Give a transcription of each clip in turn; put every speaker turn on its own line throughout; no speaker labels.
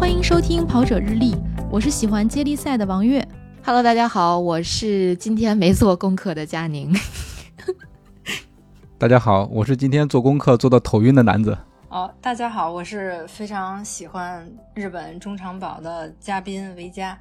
欢迎收听《跑者日历》，我是喜欢接力赛的王悦。
Hello，大家好，我是今天没做功课的佳 宁。
大家好，我是今天做功课做到头晕的男子。
哦，大家好，我是非常喜欢日本中长保的嘉宾维嘉。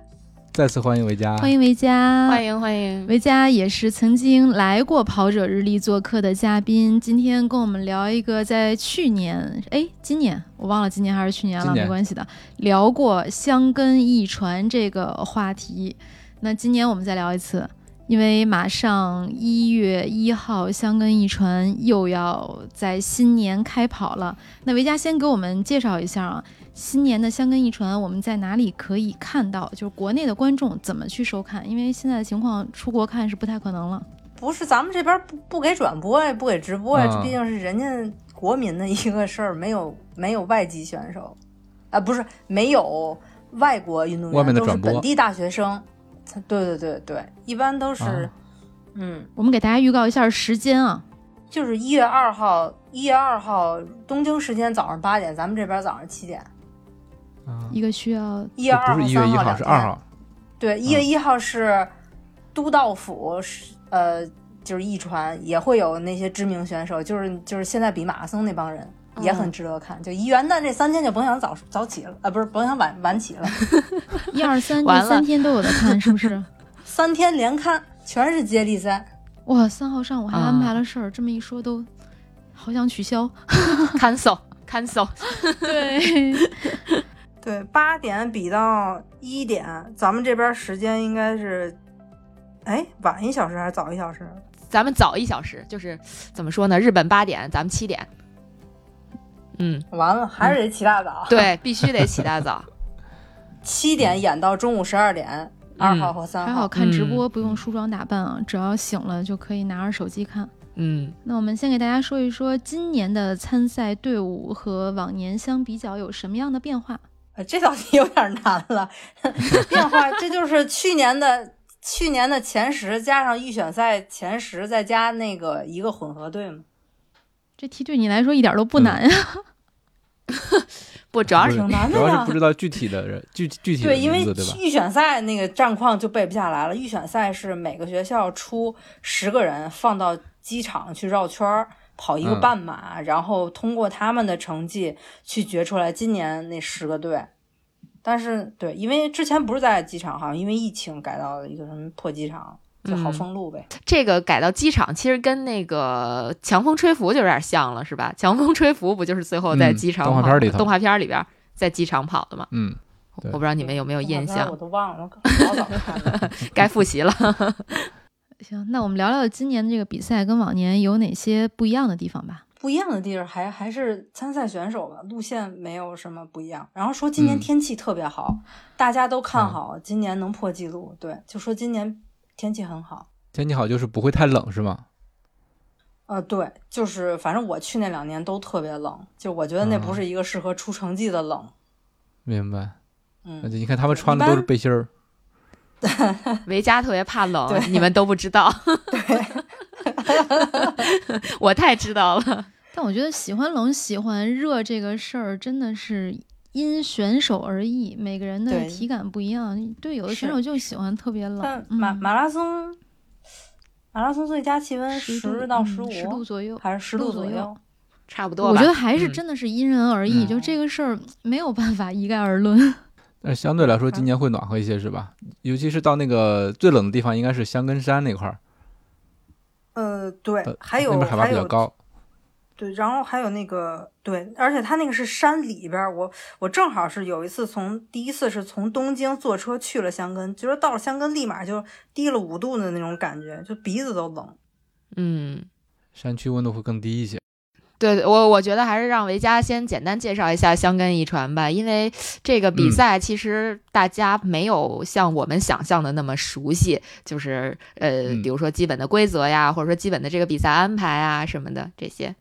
再次欢迎维嘉，
欢迎维嘉，
欢迎欢迎，
维嘉也是曾经来过《跑者日历》做客的嘉宾，今天跟我们聊一个在去年，哎，今年我忘了今年还是去年了，
今年
没关系的，聊过香根一传这个话题。那今年我们再聊一次，因为马上一月一号香根一传又要在新年开跑了。那维嘉先给我们介绍一下啊，新年的香根一传，我们在哪里可以看到？就是国内的观众怎么去收看？因为现在的情况，出国看是不太可能了。
不是咱们这边不不给转播呀，不给直播呀，
啊
这毕竟是人家国民的一个事儿，没有没有外籍选手，啊，不是没有外国运动
外面
员，
的
都是
转播
本地大学生。对对对对，一般都是，
啊
嗯，
我们给大家预告一下时间啊，
就是一月二号，一月二号东京时间早上八点，咱们这边早上七点。
啊
一个需要
一月二
不
号、哦
是一月
三
一
号
号，
两
是
天
二号。
对，一月一号是都道府，是呃，就是一传也会有那些知名选手，就是就是现在比马拉松那帮人也很值得看。就一元旦这三天就甭想早早起了，啊，不是甭想晚晚起 了，
一二三
完
这
了
三天都有的看，是不是？
三天连看全是接力赛。
哇，三号上午还
啊
安排了事儿，这么一说都好想取消。
cancel cancel，
对，
对，八点比到一点，咱们这边时间应该是，哎，晚一小时还是早一小时？
咱们早一小时，就是怎么说呢？日本八点，咱们七点。 嗯，
完了，还是得起大早。，
对，必须得起大 早。
七点演到中午十二点，二号和 三
还
号
好。看直播不用梳妆打扮啊，只要醒了就可以拿着手机看。
嗯，
那我们先给大家说一说今年的参赛队伍和往年相比较有什么样的变化。
呃，这道题有点难了， 变化这就是去年的去年的前十加上预选赛前十，再加那个一个混合队嘛。
这题对你来说一点都不难呀、
不，主要
不
是
是
挺难的
主要
呀
是不知道具体的人具具体的
对，因为
名字，对吧？
预选赛那个战况就背不下来了。预选赛是每个学校出十个人放到机场去绕圈儿。跑一个
嗯
半马，然后通过他们的成绩去决出来今年那十个队。但是，对，因为之前不是在机场，好像因为疫情改到了一个什么破机场，就好
嗯
封路呗。
这个改到机场，其实跟那个强风吹拂就有点像了，是吧？强风吹拂不就是最后在
嗯
机场跑
动
的、
画片里头
动画片里边在机场跑的吗？
嗯，
我
对
不知道你们有没有印
动画片
象
我，都忘了，老早看了。
该复习了。
行，那我们聊聊今年的这个比赛跟往年有哪些不一样的地方吧。
不一样的地儿还还是参赛选手吧，路线没有什么不一样。然后说今年
嗯
天气特别好，大家都看好今年能破纪录。对，就说今年天气很好。
天气好就是不会太冷，是吗？
呃，对，就是反正我去那两年都特别冷，就我觉得
嗯
那不是一个适合出成绩的冷。
明白。那
嗯，
就你看他们穿的都是背心儿，
维嘉特别怕冷
对，
你们都不知道。 我太知道了。
但我觉得喜欢冷、喜欢热这个事儿真的是因选手而异，每个人的
对
体感不一样。对，有的选
是
手就喜欢特别
但
冷，
马
嗯
马拉松，马拉松最佳气温
10
十
度
到
嗯
十
10度
五，
左右。
还是十
10度
左
左右
右？
差不多吧。
我觉得还是
嗯
真的是因人而异，
嗯
就这个事儿没有办法一概而论。
但是相对来说今年会暖和一些，是吧？尤其是到那个最冷的地方，应该是香根山那块儿，
呃，对
呃，
还
那
有
边海拔
还
比较
有
高。
对，然后还有那个对，而且它那个是山里边儿，我我正好是有一次从第一次是从东京坐车去了箱根，就是到了箱根立马就低了五度的那种感觉，就鼻子都冷。
嗯，
山区温度会更低一些。
对我，我觉得还是让维嘉先简单介绍一下箱根一传吧，因为这个比
嗯
赛其实大家没有像我们想象的那么熟悉，就是呃，
嗯
比如说基本的规则呀，或者说基本的这个比赛安排啊什么的这些。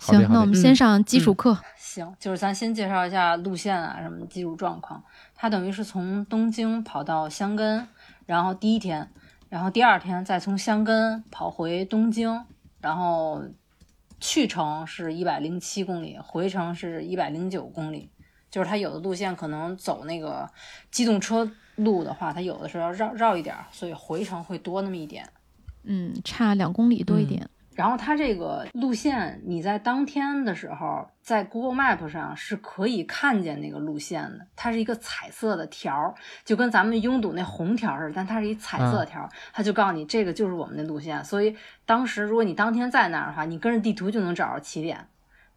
好嘞
行，那
好嗯
我
嘞，
们先上基础课。
行，就是咱先介绍一下路线啊，什么基础状况。他等于是从东京跑到箱根，然后第一天，然后第二天再从箱根跑回东京，然后去程是一百零七公里，回程是一百零九公里。就是他有的路线可能走那个机动车路的话，他有的时候要绕绕一点儿，所以回程会多那么一点。
嗯，差两公里多
嗯
一点。
然后它这个路线，你在当天的时候，在 Google Map 上是可以看见那个路线的，它是一个彩色的条儿，就跟咱们拥堵那红条儿似的，但它是一彩色的条儿，它就告诉你这个就是我们的路线。所以当时如果你当天在那儿的话，你跟着地图就能找着起点，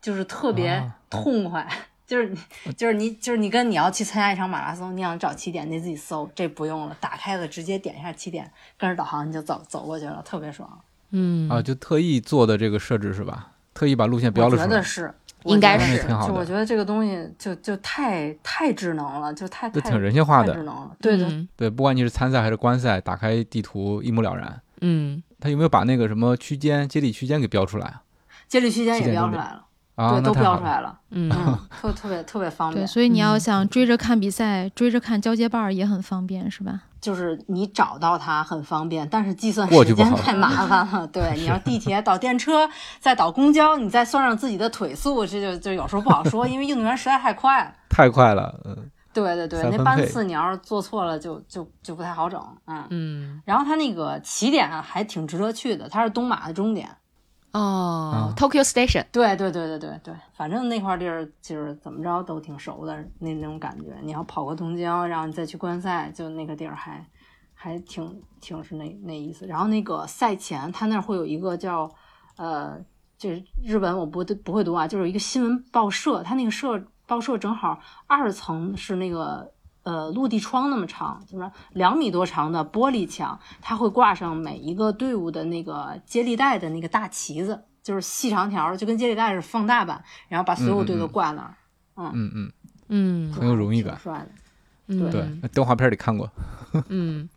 就是特别
啊
痛快。 就是你，就是你，就是你跟你要去参加一场马拉松，你想找起点，你得自己搜，这不用了，打开了直接点一下起点，跟着导航你就走走过去了，特别爽。
嗯
啊，就特意做的这个设置是吧？特意把路线标了
我
出
觉
来
得。是，
应该
我觉得
是
挺好的
就我觉得这个东西就就太太智能了，就太
这
太
挺人性化
太智
的，
能了。对对，
嗯
对，不管你是参赛还是观赛，打开地图一目了然。
嗯
他有没有把那个什么区间、接力区间给标出来啊？
接力区间
起
也
点
标
终
出
点
来了，
啊，
对，
那
都
太好
标出
了。
来了，
嗯
嗯，特特别特别方
对，
便。
所以你要
嗯
想追着看比赛，追着看交接棒儿也很方便，是吧？
就是你找到它很方便，但是计算
过
时
去不
间
好
太麻烦了。对，你要地铁倒电车，再倒公交，你再算上自己的腿速，这就就有时候不好说，因为运动员实在太快了。
太快了，嗯，
对对对
三，
那
分
班
配
次你要是做错了就，就就不太好整。嗯，
嗯
然后它那个起点啊还挺值得去的，它是东马的终点。
哦
啊
，Tokyo Station，
对对对对对对，反正那块地儿就是怎么着都挺熟的那那种感觉。你要跑过东京，然后你再去观赛，就那个地儿还还挺挺是那那意思。然后那个赛前，他那儿会有一个叫呃，就是日文我不不会读啊，就是有一个新闻报社，他那个社报社正好二层是那个。呃，落地窗那么长，就是两米多长的玻璃墙，它会挂上每一个队伍的那个接力带的那个大旗子，就是细长条儿，就跟接力带是放大版，然后把所有队都挂那儿，
嗯嗯，
嗯
很有荣誉感
挺。帅的。
嗯
对，那动画片里看过，
嗯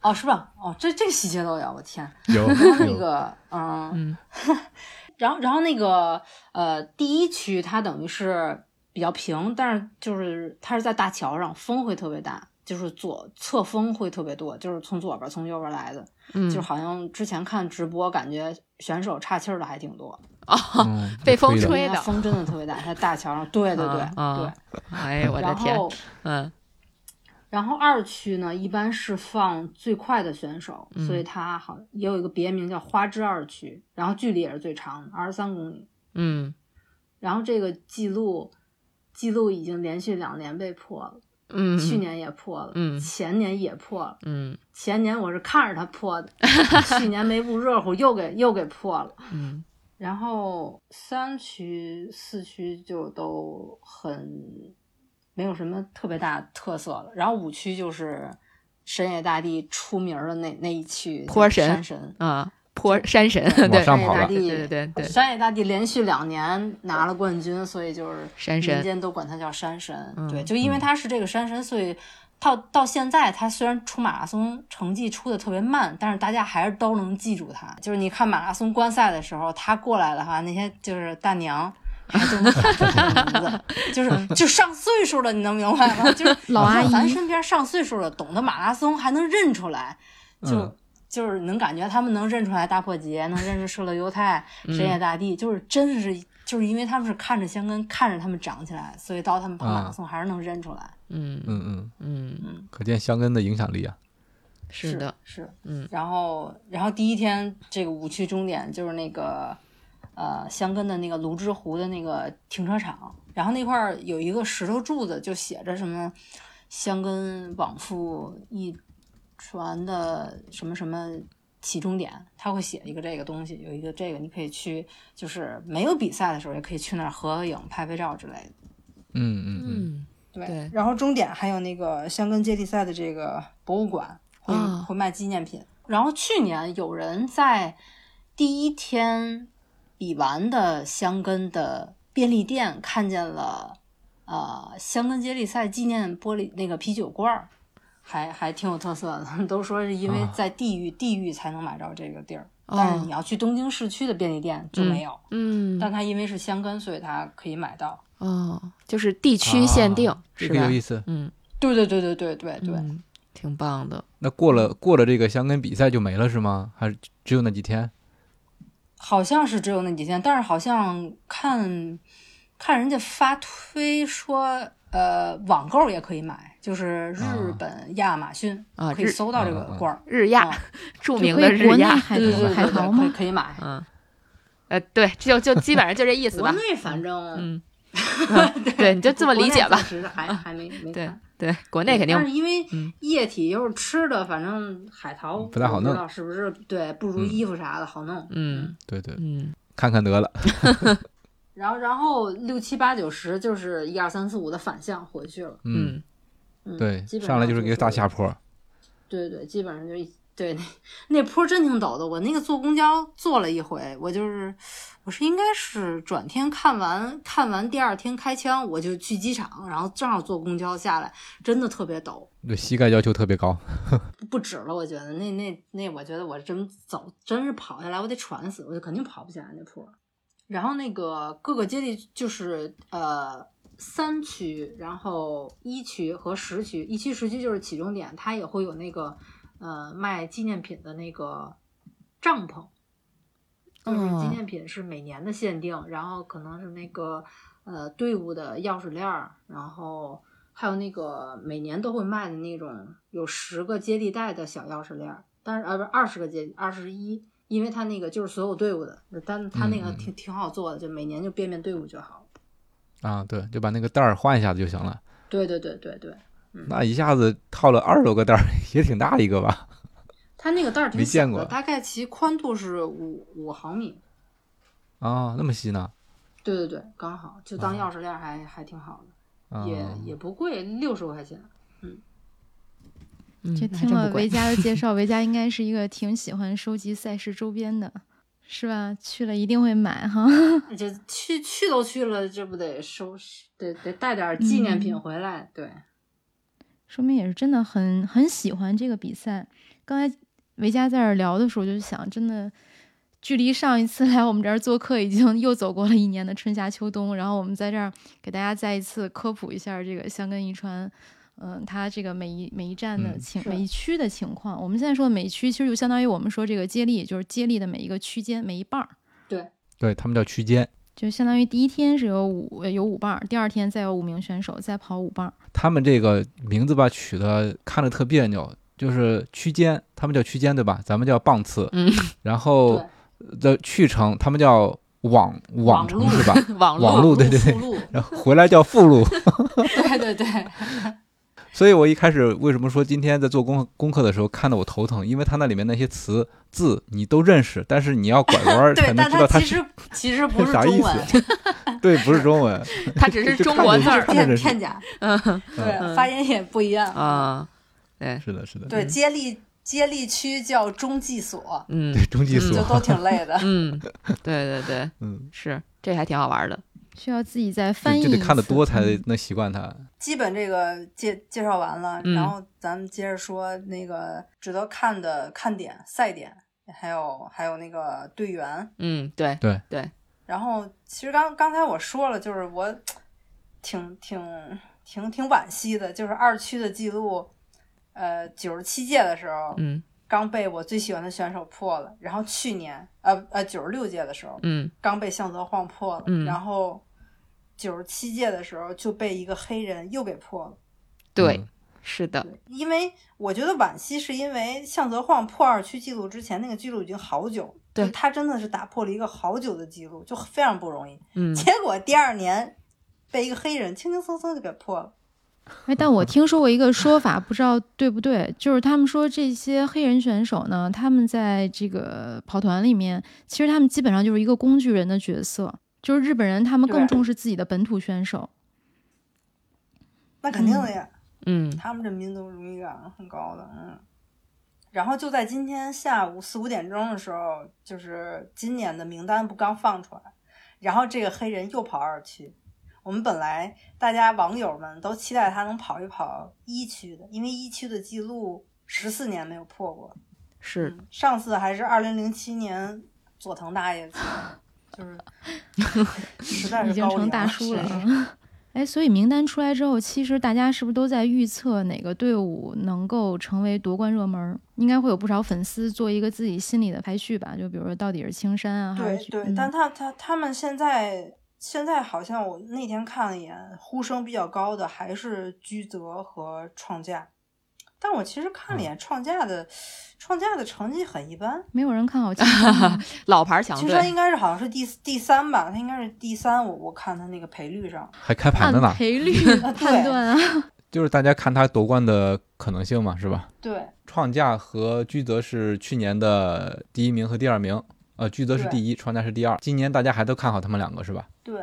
哦，是吧？哦，这这个细节都有，我天！
有
那
有，
个，嗯，
嗯
然后然后那个呃，第一区它等于是比较平，但是就是它是在大桥上，风会特别大，就是左侧风会特别多，就是从左边从右边来的，
嗯，
就好像之前看直播感觉选手岔气儿的还挺多，
哦，
嗯
被风
推的
吹
因为
的
风真的特别大，在大桥上，对对对、
啊啊哎 呦
对，
我的
然
天，
后。
嗯
然后二区呢，一般是放最快的选手，所
嗯
以它好也有一个别名叫“花之二区”，然后距离也是最长的，二十三公里。
嗯
然后这个记录记录已经连续两年被破了，
嗯，
去年也破了，
嗯
前年也破了。
嗯
前年我是看着它 破的，去年没捂热乎又给又给破了。
嗯
然后三区、四区就都很没有什么特别大特色了。然后五区就是神野大帝出名儿的那那一区，
坡神
山神。
啊，坡山神，
往
对
嗯上
山
跑了
野大
对
帝，
对对对
山野大帝连续两年拿了冠军，所以就是
山神
民间都管他叫山神。
嗯
对，就因为他是这个山神，所以到到现在，他虽然出马拉松成绩出的特别慢，但是大家还是都能记住他。就是你看马拉松观赛的时候，他过来的话，那些就是大 娘。还都能喊出他的名字，就是就上岁数了，你能明白吗？就是
老阿姨
咱身边上岁数了，懂得马拉松还能认出来，就、
嗯
就是能感觉他们能认出来大破节，能认出射了犹太、神野大帝，就是真是就是因为他们是看着香根，看着他们长起来，所以到他们跑马拉松还是能认出来。
嗯
嗯嗯，
嗯，
可见香根的影响力啊。
是的，
是，
嗯。
然后，然后第一天这个五区终点就是那个，呃，香根的那个泸沽湖的那个停车场，然后那块儿有一个石头柱子，就写着什么香根往复一船的什么什么。起终点，他会写一个这个东西，有一个这个，你可以去，就是没有比赛的时候，也可以去那儿合合影、拍拍照之类的。
嗯嗯嗯，
嗯
对，
对
然后终点还有那个香根接力赛的这个博物馆会、
啊
会卖纪念品。然后去年有人在第一天比完的香根的便利店看见了，呃，香根接力赛纪念玻璃那个啤酒罐儿，还还挺有特色的。都说是因为
啊
在地域、地域才能买着这个地儿，但是你要去东京市区的便利店就没有。
啊嗯
但它因为是香根，所以它可以买到。
哦，就是地区限定、
啊
是
这个
吧
有？意思。
嗯，
对对对对对对对，
嗯挺棒的。
那过了过了这个香根比赛就没了是吗？还是只有那几天？
好像是只有那几天，但是好像看看人家发推说，呃，网购也可以买，就是日本亚马逊、
啊
可以
日
搜到这个罐儿。
日亚，
啊
著
就
名
可
的
以国
日
内
亚，
海
对对
嗯
对对
海
对，
淘
可以
吗？
可以买。
嗯，呃，对，就就基本上就这意思
国
吧。
内反正
嗯，嗯对，你就这么理解吧。
国内暂 时还还没没
对
看
对，国内肯定
但是因为
嗯
液体又是吃的，反正海淘
嗯不太好弄
我知道是不是？对，不如
嗯
衣服啥的好弄。
嗯
对对，
嗯
看看得了。
然后然后六七八九十就是一二三四五的反向回去了。
嗯，
嗯
嗯，
对，
基本
上来就是一个大
下。
下坡。
对对，基本上就是一对那那坡真挺陡的。我那个坐公交坐了一回，我就是我是应该是转天看完看完第二天开枪，我就去机场，然后正好坐公交下来，真的特别陡，
对膝盖要求特别高，
不止了。我觉得那那那，我觉得我真走真是跑下来，我得喘死，我就肯定跑不下来那坡。然后那个各个接力就是呃三区，然后一区和十区，一区十区就是起终点，它也会有那个呃卖纪念品的那个帐篷，就是纪
哦
念品是每年的限定，然后可能是那个呃队伍的钥匙链儿，然后还有那个每年都会卖的那种有十个接力带的小钥匙链儿，但是呃不是二十个接力二十一。因为他那个就是所有队伍的，呃但他那个
嗯嗯
挺挺好做的，就每年就变变队伍就好了。
啊，对，就把那个袋儿换一下子就行了。
对对对对对，
那一下子套了二十多个袋儿，也挺大一个吧？
它那个袋儿挺
没
小
见
的，
过
大概其宽度是五五毫米。
啊，那么细呢？
对对对，刚好就当钥匙链儿还、还挺好的，
啊，
也也不贵，六十块钱。
嗯，
这
那
听
真
了
不贵
维嘉的介 绍，维嘉应该是一个挺喜欢收集赛事周边的，是吧？去了一定会买哈。
这去去都去了，这不得收拾，得得带点儿纪念品
嗯
回来。对，
说明也是真的很很喜欢这个比赛。刚才维嘉在这儿聊的时候，我就想，真的距离上一次来我们这儿做客，已经又走过了一年的春夏秋冬。然后我们在这儿给大家再一次科普一下这个香根一川，嗯、它这个每一每一站的
嗯
情、
是
每一区的情况。我们现在说的每一区，其实就相当于我们说这个接力，就是接力的每一个区间每一半儿。
对他们叫区间，
就相当于第一天是有五呃有五棒儿，第二天再有五名选手再跑五棒儿，
他们这个名字吧取的看着特别扭，就是区间，他们叫区间对吧？咱们叫棒次，
嗯
然后的去程他们叫网网
网路
程是吧？
网
网
络
路对对对
附录，
然后回来叫附路，
对对对，
所以我一开始为什么说今天在做功功课的时候看得我头疼，因为它那里面那些词字你都认识，但是你要拐弯 儿才
对，
能
但
知道
它
它
其
是
实其实不是
啥
中
意思
文，
对，不是中文。
它只是
就
中
看
国
着
字儿
看着
片
人
片假，
嗯
对，发音也不一样。
啊，对，
是的，是的，
对，接力接力区叫中继所，
嗯
对， 中继
嗯
就
所，
都挺累的。
嗯，对对对，
嗯，
是这还挺好玩的。
需要自己再翻译
对
一
就得看得
次
多才
嗯
能习惯它。
基本这个介介绍完了，
嗯
然后咱们接着说那个值得看的看点、赛点，还有还有那个队员。
嗯，对，
然后其实刚刚才我说了，就是我挺挺挺挺惋惜的，就是二区的记录，呃，九十七届的时候、
嗯
刚被我最喜欢的选手破了，然后去年呃呃九十六届的时候
嗯
刚被向泽晃破了，
嗯
然后九十七届的时候就被一个黑人又给破了。
对，
嗯
是的，
对，因为我觉得惋惜是因为向泽晃破二区记录之前那个记录已经好久，
对
就他真的是打破了一个好久的记录，就非常不容易。
嗯
结果第二年被一个黑人轻轻松松就给破了。
哎，但我听说过一个说法，不知道对不对，就是他们说这些黑人选手呢，他们在这个跑团里面，其实他们基本上就是一个工具人的角色，就是日本人他们
对
更重视自己的本土选手。
那肯定的呀，
嗯
他们这民族荣誉感很高的，嗯。然后就在今天下午四五点钟的时候，就是今年的名单不刚放出来，然后这个黑人又跑二区。我们本来大家网友们都期待他能跑一跑一区的，因为一区的记录十四年没有破过，
是
嗯上次还是二零零七年佐藤大爷记的，就是 实在
已
是
经
高
成
龄
大叔
是
了
是。
哎，所以名单出来之后，其实大家是不是都在预测哪个队伍能够成为夺冠热门儿？应该会有不少粉丝做一个自己心里的排序吧，就比如说到底是青山啊，还
对
是去
对，
嗯
但他他他们现在现在好像我那天看了一眼，呼声比较高的还是居泽和创价，但我其实看了一
嗯
眼创价的，创价的成绩很一般，
没有人看好青山啊吗
老牌强
青山
队，
应该是好像是第第三吧，他应该是第三，我我看他那个赔率上，
还开盘的
按
呢，
赔率判
对
断 啊。
就是大家看他夺冠的可能性嘛，是吧？
对
创价和居泽是去年的第一名和第二名，呃，居泽是第一，创价是第二。今年大家还都看好他们两个是吧？
对。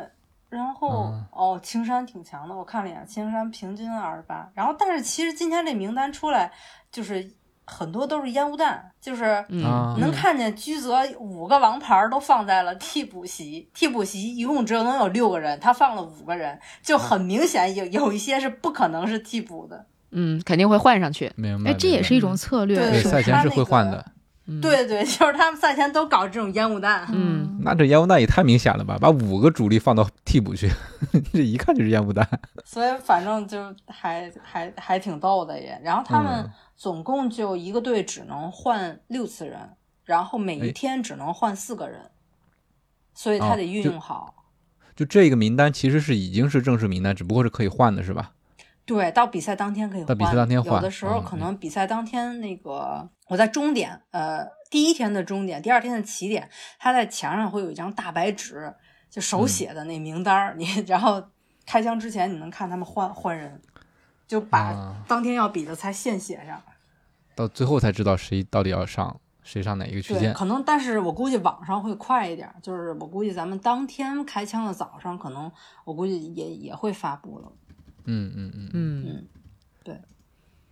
然后、
嗯
哦，青山挺强的，我看了一眼，青山平均二十八。然后，但是其实今天这名单出来，就是很多都是烟雾弹，就是
嗯
啊
能看见居泽五个王牌都放在了替补席，替补席一共只有能有六个人，他放了五
哦
个人， 就很明显有有一些是不可能是替补的。
嗯，肯定会换上去。
明白。
哎，这也是一种策略。
对
对
对
赛前
他
是
那
会
个
换的。
嗯，
对对， 就是他们赛前都搞这种烟雾弹。
嗯
那这烟雾弹也太明显了吧！把五个主力放到替补去， 这一看就是烟雾弹。
所以反正就还还还挺逗的也。然后他们
嗯
总共就一个队只能换六次人，然后每一天只能换四个人，所以他
哎哦
得运
就
用好。
就这个名单其实是已经是正式名单，只不过是可以换的，是吧？
对，到比赛当天可以换，
到比赛当天
有
换
的时候
嗯
可能比赛当天那个我在终点，呃，第一天的终点，第二天的起点，他在墙上会有一张大白纸，就
嗯
手写的那名单儿，你 然后开枪之前你能看他们换换人，就把
啊
当天要比的才现写上。
到最后才知道谁到底要上，谁上哪一个区
对，
间。
可能但是我估计网上会快一点儿，就是我估计咱们当天开枪的早上，可能我估计也也会发布了。
嗯嗯嗯。
嗯，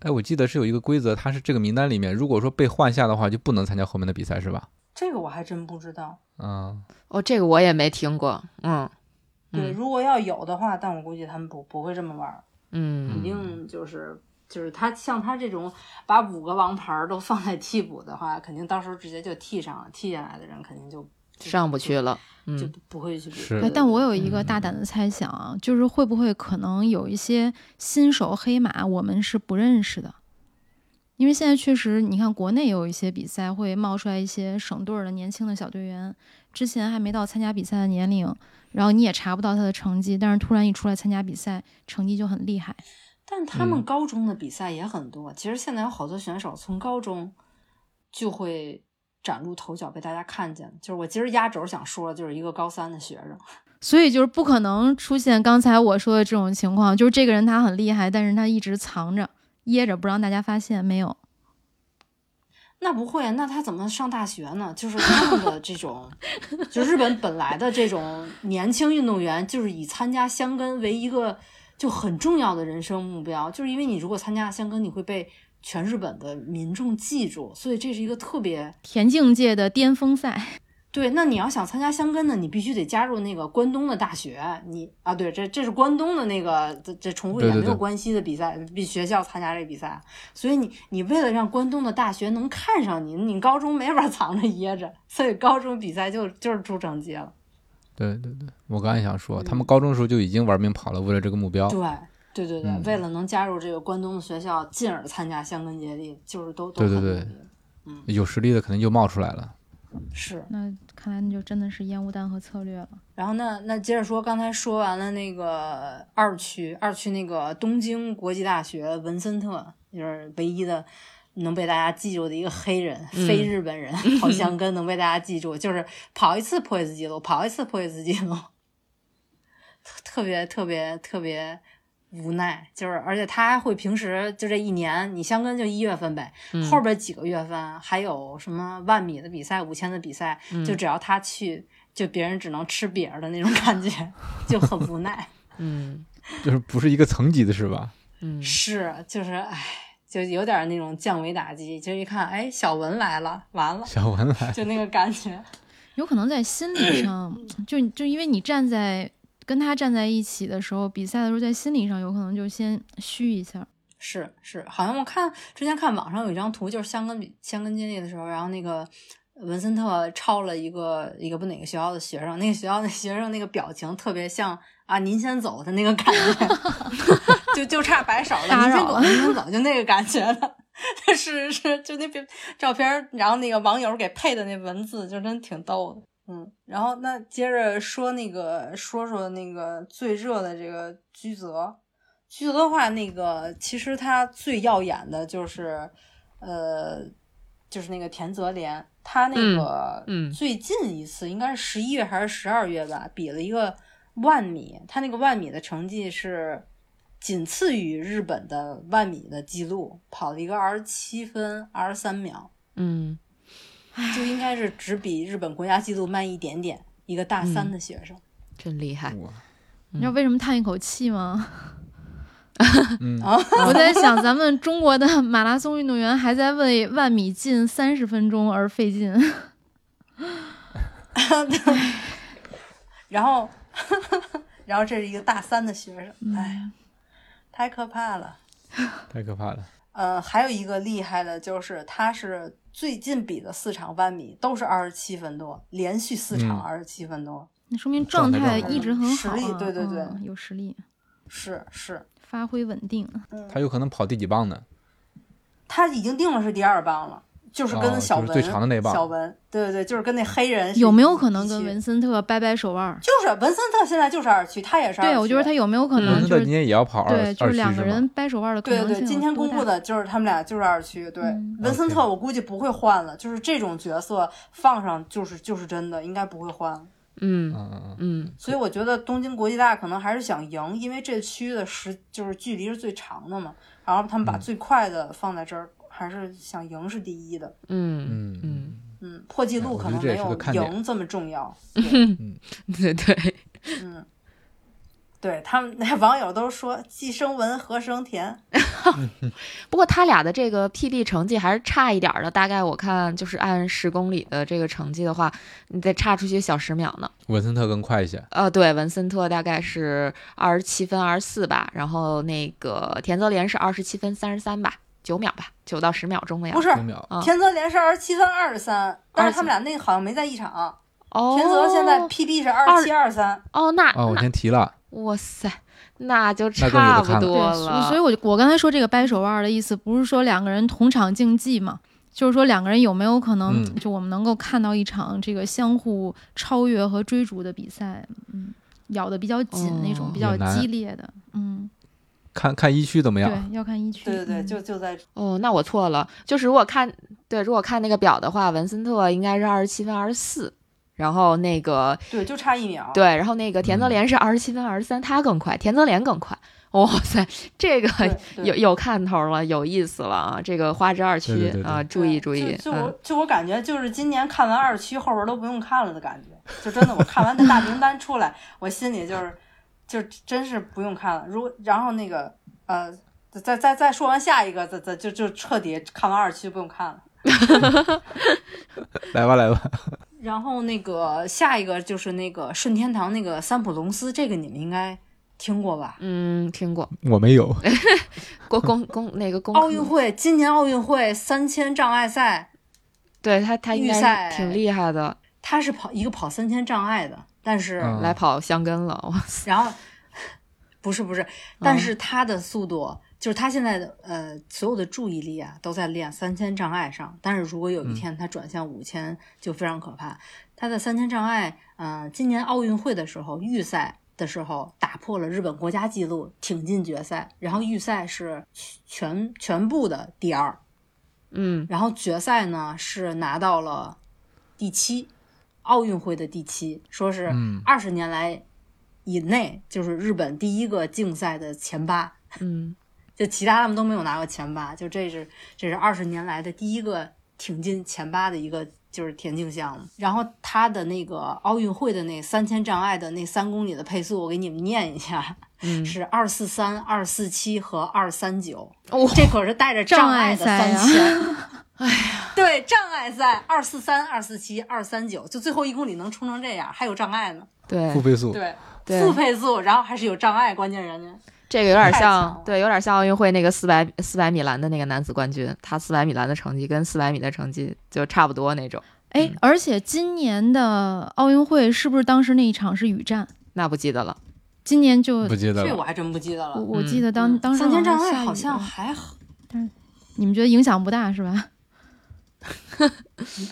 哎，我记得是有一个规则，它是这个名单里面，如果说被换下的话，就不能参加后面的比赛，是吧？
这个我还真不知道。
嗯，
哦，这个我也没听过。嗯
对，
嗯
如果要有的话，但我估计他们不不会这么玩儿，
嗯，
肯定就是就是他像他这种把五个王牌儿都放在替补的话，肯定到时候直接就替上了，替下来的人肯定就就
上不去了。
就
嗯
不不会去比。
是
哎，但我有一个大胆的猜想啊，就是会不会可能有一些新手黑马我们是不认识的，因为现在确实你看国内有一些比赛会冒出来一些省队儿的年轻的小队员，之前还没到参加比赛的年龄，然后你也查不到他的成绩，但是突然一出来参加比赛，成绩就很厉害。
但他们
嗯
高中的比赛也很多，其实现在有好多选手从高中就会崭露头角，被大家看见。就是我今儿压轴想说的，就是一个高三的学生，
所以就是不可能出现刚才我说的这种情况，就是这个人他很厉害，但是他一直藏着掖着不让大家发现，没有。
那不会，那他怎么上大学呢？就是他们的这种，就日本本来的这种年轻运动员，就是以参加香根为一个就很重要的人生目标，就是因为你如果参加香根，你会被全日本的民众记住，所以这是一个特别
田径界的巅峰赛，
对，那你要想参加香根的，你必须得加入那个关东的大学。你啊，对，这这是关东的那个，这这重复一
对
点
对
没有
对
关系的比赛，必学校参加这比赛。所以你你为了让关东的大学能看上你，你高中没法藏着掖着，所以高中比赛就就是出成绩了。
对对对，我刚才也想说，
嗯
他们高中的时候就已经玩命跑了，为了这个目标。
对对对对，
嗯
为了能加入这个关东的学校，进而参加香根接力，就是都都
对对
很
对
努力
有实力的肯定就冒出来了。
是。
那看来那就真的是烟雾弹和策略了。
然后那那接着说，刚才说完了那个二区，二区那个东京国际大学文森特，就是唯一的能被大家记住的一个黑人，
嗯
非日 本人，跑香根能被大家记住，就是跑一次破一次记录，跑一次破一次记录，特特别特别特别无奈，就是而且他还会平时就这一年，你香根就一月份呗，
嗯
后边几个月份还有什么万米的比赛、五千的比赛，
嗯
就只要他去，就别人只能吃瘪儿的那种感觉，就很无奈。
嗯
就是不是一个层级的是吧？
嗯，
是，就是唉，就有点那种降维打击，就一看，哎，小文来了，完了，
小文来，
就那个感觉。
有可能在心理上，就就因为你站在跟他站在一起的时候，比赛的时候在心理上有可能就先虚一下。
是是，好像我看之前看网上有一张图，就是香根比香根接力的时候，然后那个文森特抄了一个一个不哪个学校的学生，那个学校的学生那个表情特别像啊，您先走的那个感觉， 就就差摆手 了，
打
您先
扰
走，
了
您先走，就那个感觉了。 是是，就那边照片儿，然后那个网友给配的那文字，就真挺逗的。嗯，然后那接着说那个说说那个最热的这个居泽，居泽的话，那个其实他最耀眼的就是，呃，就是那个田泽廉，他那个
嗯嗯
最近一次应该是十一月还是十二月吧，比了一个万米，他那个万米的成绩是仅次于日本的万米的记录，跑了一个二十七分二十三秒，
嗯，
就应该是只比日本国家纪录慢一点点，一个大三的学生。
真厉害。
哇
你
嗯
知道为什么叹一口气吗？
嗯，
哦
我在想，咱们中国的马拉松运动员还在为万米进三十分钟而费劲。
然后， 然后这是一个大三的学
嗯
生，哎呀，太可怕了。
太可怕了。
呃，还有一个厉害的就是，他是最近比的四场万米都是二十七分多，连续四场
嗯
二十七分多，
那说明状态
状态
一直很
实
好、啊，
力对对对
嗯有实力，
是是，
发挥稳定。
他有可能跑第几棒呢？
他已经定了是第二棒了，就是
哦
跟小
就
文、
是最长的那棒
小文，对对对，就是跟那黑人是
有没有
一
可能
一
跟
区
文森特掰掰手腕儿？
就是文森特现在就是二区，他也是二区。
对，我觉得他有没有可
嗯
文
能
森
就
特
是
今天也要跑二
对，就
二
是
十
两个
是吗
人掰手腕的可
对
能
对
性
对，今天公布
有多大
的就是他们俩就是二区。对，
嗯
文森
OK
特我估计不会换了，就是这种角色放上就是就是真的应该不会换了。
嗯
嗯嗯嗯，
嗯
所以我觉得东京国际大可能还是想赢，因为这区的时就是距离是最长的嘛。然后他们把
嗯
最快的放在这儿，还是想赢是第一的。
嗯
嗯
嗯
嗯，破纪
哎我
录
觉
可
得
能
这也
没
是
有
个看点
赢这么重要。对
嗯，对对，
嗯，对他们 那网友都说既生文何生田，
不过他俩的这个 PB 成绩还是差一点儿的，大概我看就是按十公里的这个成绩的话，你得差出去小十秒呢。
文森特更快一些。
呃，对，文森特大概是二十七分二十四吧，然后那个田泽廉是二十七分三十三吧，九秒吧，九到十秒钟的样
不
子。
是
五秒，
啊
田泽连是二十七分二十三，但是他们俩那个好像没在一场。
哦，
田泽现在 PB 是二七二三，
哦，那
哦，我先提了，
哇塞，那就
那更有
差
的看
不多
了
对，所以所以我就我刚才说这个掰手腕儿的意思，不是说两个人同场竞技嘛，就是说两个人有没有可能，
嗯
就我们能够看到一场这个相互超越和追逐的比赛，嗯，咬得比较紧、
哦
那种，比较
也难
激烈的，嗯，
看看一区怎么
对
样。，
要看一区，
对对对，
嗯
就就在
哦，那我错了，就是如果看对，如果看那个表的话，文森特应该是二十七分二十四，然后那个
对就差一秒。
对，然后那个
嗯
田泽廉是二十七分二十三，他更快，田泽廉更快。哇塞，这个
对，对
有有看头了，有意思了啊！这个花之二区
对对对对
啊，注意注意
就，就我
嗯，
就我感觉就是今年看完二区后边都不用看了的感觉，就真的我看完这大名单出来，我心里就是就真是不用看了。如果然后那个呃，再再再说完下一个，再再就就彻底看完二区不用看了。
来吧来吧，
然后那个下一个就是那个顺天堂那个三浦龙司，这个你们应该听过吧？
嗯，听 过，
我没有。
公公公那个公
奥运会今年奥运会三千障碍赛，
对他他应
预
该
赛
是挺厉害的，
他是跑一个跑三千障碍的，但是、
嗯
来跑香根了，哇塞，
然后不是不是，但是他的速度、就是他现在的呃所有的注意力啊都在练三千障碍上，但是如果有一天他转向五千就非常可怕。他的三千障碍，嗯、今年奥运会的时候预赛。的时候打破了日本国家纪录，挺进决赛，然后预赛是全全部的第二，
嗯
然后决赛呢是拿到了第七，奥运会的第七，说是
嗯
二十年来以内就是日本第一个竞赛的前八，
嗯，
就其他他们都没有拿过前八，就这是这是二十年来的第一个挺进前八的一个就是田径项目。然后他的那个奥运会的那三千障碍的那三公里的配速，我给你们念一下，
嗯
是二四三、二四七和二三九，
哦
这可是带着障碍的三
障碍赛
千。哎呀，对，障碍赛二四三、二四七、二三九，就最后一公里能冲成这样，还有障碍呢。
对
负倍速，
对，
对
负配速，然后还是有障碍，关键人家
这个有点
太强
像
了，
对，有点像奥运会那个四百四百米栏的那个男子冠军，他四百米栏的成绩跟四百米的成绩就差不多那种，
哎，
嗯
而且今年的奥运会是不是当时那一场是雨战？
那不记得了。
今年就
不记得
这
了。
我还真不记得了
我。我记得当、
嗯
当时
三千障
好像
碍
下雨啊
好像
了
还好，
你们觉得影响不大是吧？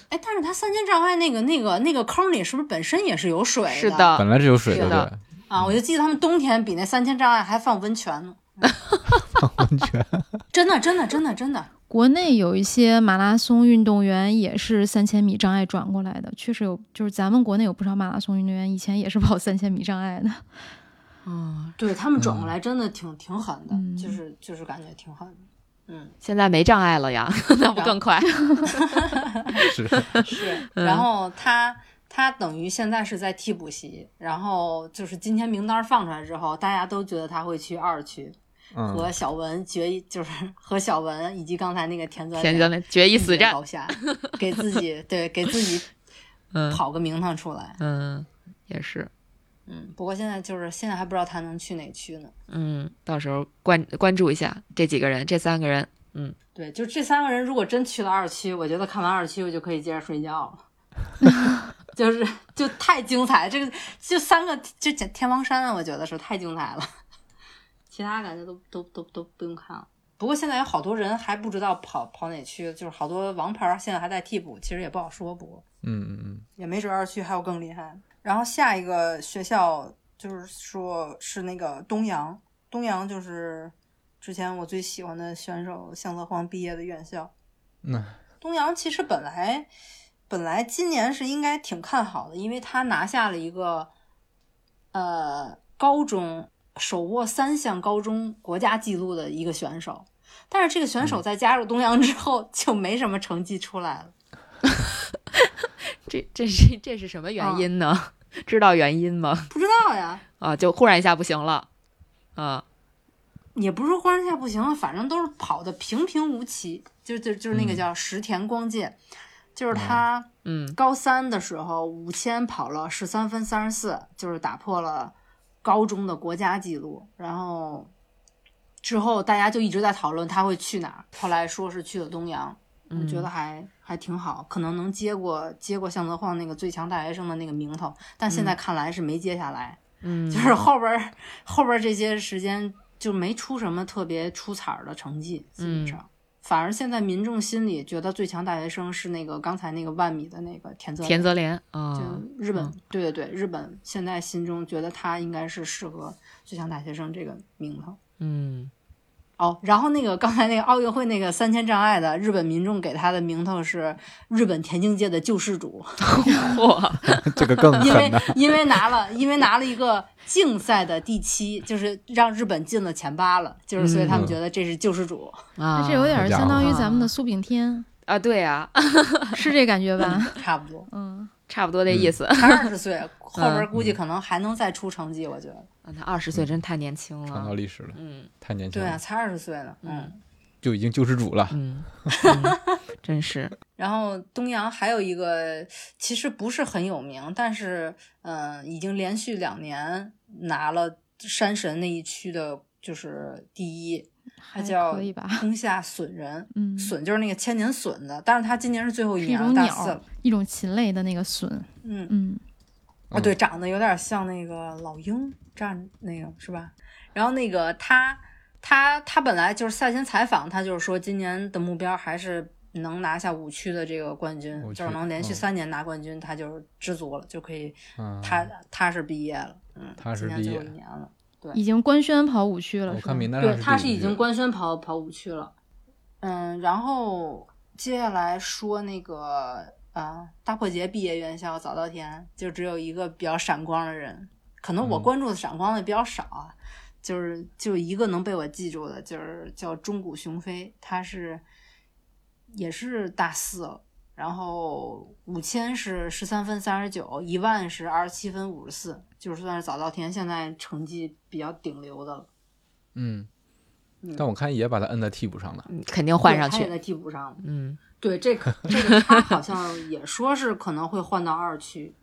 哎，但是它三千障碍那个那个那个坑里是不是本身也是有水
是
的
本
的，
来是有水
是的
对，
啊？我就记得他们冬天比那三千障碍还放温泉呢，嗯
完全
真的真的真的真的，
国内有一些马拉松运动员也是三千米障碍转过来的，确实有，就是咱们国内有不少马拉松运动员以前也是跑三千米障碍的。
嗯，
对他们转过来真的挺挺狠的，
嗯
就是就是感觉挺狠的。嗯，
现在没障碍了呀， 那不更快？
是
是。
嗯
然后他他等于现在是在替补席，然后就是今天名单放出来之后，大家都觉得他会去二区，
嗯，
和小文决一就是 和小文以及刚才那个田泽
天津的决一死战，
高下，给自 己对给自己
嗯
跑个名堂出来。
嗯，也是，
嗯，不过现在就是现在还不知道他能去哪区呢。
嗯，到时候关关注一下这几个人，这三个人，嗯，
对，就这三个人，如果真去了二区，我觉得看完二区我就可以接着睡觉了。 就是就太精彩，这个就三个就讲天王山啊，我觉得是太精彩了。其他感觉都都都都不用看了。不过现在有好多人还不知道跑跑哪区，就是好多王牌儿现在还在替补，其实也不好说。不过，
嗯嗯嗯，
也没准二区还有更厉害。然后下一个学校就是说是那个东阳，东阳就是之前我最喜欢的选手向泽晃毕业的院校。
那
东阳其实本来本来今年是应该挺看好的，因为他拿下了一个呃高中手握三项高中国家纪录的一个选手，但是这个选手在加入东阳之后就没什么成绩出来了。
这这是这是什么原因呢？ 知道原因吗？
不知道呀，
啊，就忽然一下不行了，啊，
也不是忽然一下不行了，反正都是跑的平平无奇，就就就是那个
嗯
叫石田光介，就是他
嗯
高三的时候五千跑了十三分三十四，就是打破了高中的国家纪录，然后之后大家就一直在讨论他会去哪儿，后来说是去了东阳，我觉得还还挺好，可能能接过接过向泽晃那个最强大学生的那个名头，但现在看来是没接下来。
嗯，
就是后边儿后边儿这些时间就没出什么特别出彩儿的成绩，基
嗯
本上。反而现在民众心里觉得最强大学生是那个刚才那个万米的那个田泽
田泽廉
就
啊，
日本、
嗯
对对对，日本现在心中觉得他应该是适合最强大学生这个名头。
嗯。
哦，然后那个刚才那个奥运会那个三千障碍的日本民众给他的名头是日本田径界的救世主，
嚯，
嗯这个更
因为啊
狠呐。
因为拿了因为拿了一个竞赛的第七，就是让日本进了前八了，就是所以他们觉得这是救世主。
啊
那 这有点
好家伙
相当于咱们的苏炳 添，
啊，对呀、 啊，
是这感觉吧？
差不多，
嗯，
差不多这意思。
才二十岁，后边估计可能还能再出成绩，我觉得。
啊他二十岁真太年轻
创造
了，
历史了，
嗯
太年轻
对啊，
了，
才二十岁呢，嗯。
就已经救世主了。
嗯，嗯 真是，
然后东阳还有一个其实不是很有名，但是嗯、呃已经连续两年拿了山神那一区的，就是第一，他
还
叫
可以吧？
宫下隼人。
嗯，是
隼就是那个千年隼的，但是他今年是最后一
一
年
种
了，大四
鸟
了。，
一种禽类的那个隼。
嗯，
嗯，
啊，对，长得有点像那个老鹰站那个是吧？然后那个他他他本来就是赛前采访，他就是说今年的目标还是能拿下五区的这个冠军
五，区
就是能连续
嗯
三年拿冠军，他就是知足了，就可以
嗯，
他他是毕业了，嗯，
踏实
今年
毕
最
业
后一年了，
已经官宣跑五区了，
我
是吧
看？名单上
对，他
这
是
个
已经
名字
官宣跑跑五区了，嗯，然后接下来说那个啊，大破节毕业院校早稻田就只有一个比较闪光的人，可能我
嗯
关注的闪光的比较少啊，就是就一个能被我记住的，就是叫中谷雄飞，他是也是大四了，然后五千是十三分三十九，一万是二十七分五十四，就是算是早稻田现在成绩比较顶流的了。
嗯，但我看也把他摁在替补上了。
嗯肯定换
对
上
他也
去。
在替补上了。
嗯，
对，这个这个他好像也说是可能会换到二区，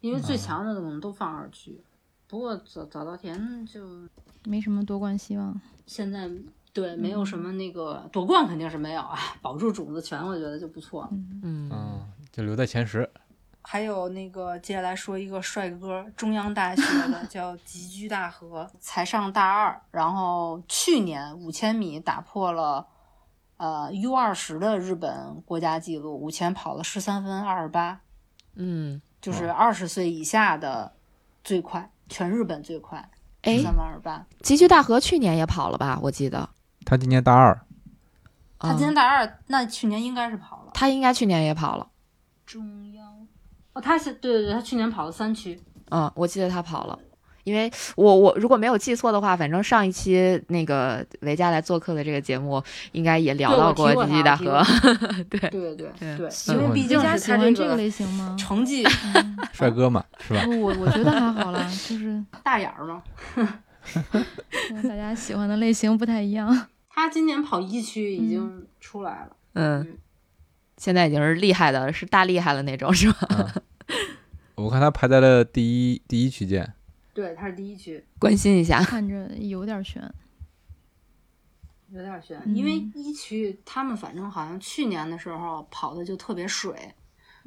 因为最强的可能都放二区。不过早早稻田就
没什么夺冠希望。
现在对没有什么那个夺冠肯定是没有啊，保住种子权我觉得就不错了。
嗯，
嗯，就留在前十。
还有那个，接下来说一个帅哥，中央大学的叫吉居大和，才上大二，然后去年五千米打破了呃 U 二十的日本国家纪录，五千跑了十三分二十八，
嗯，
就是二十岁以下的最快，全日本最快
哎
十，三分二十八。
吉居大河去年也跑了吧？我记得。
他今年大二，
他今年
嗯
大二，那去年应该是跑了
他应该去年也跑了。
中央。哦，他是对对对，他去年跑了三区，
嗯，我记得他跑了，因为我我如果没有记错的话，反正上一期那个维嘉来做客的这个节目，应该也聊
对
到
我提过
吉居
他
大
提
河。 对，
对对
对
对，
嗯
因为毕
大
竟
家喜
是他
欢
这
这个
个
类型吗？
成绩
嗯
帅哥嘛，是吧？
不我我觉得还好啦，就是
大眼儿嘛，
可能大家喜欢的类型不太一样。
他今年跑一区已经出来了，
嗯
嗯，
现在已经是厉害的，是大厉害了那种，是吧？
我看他排在了第一第一区间。
对，他是第一区，
关心一下，
看着有点悬，
有点悬，
嗯
因为一区他们反正好像去年的时候跑的就特别水，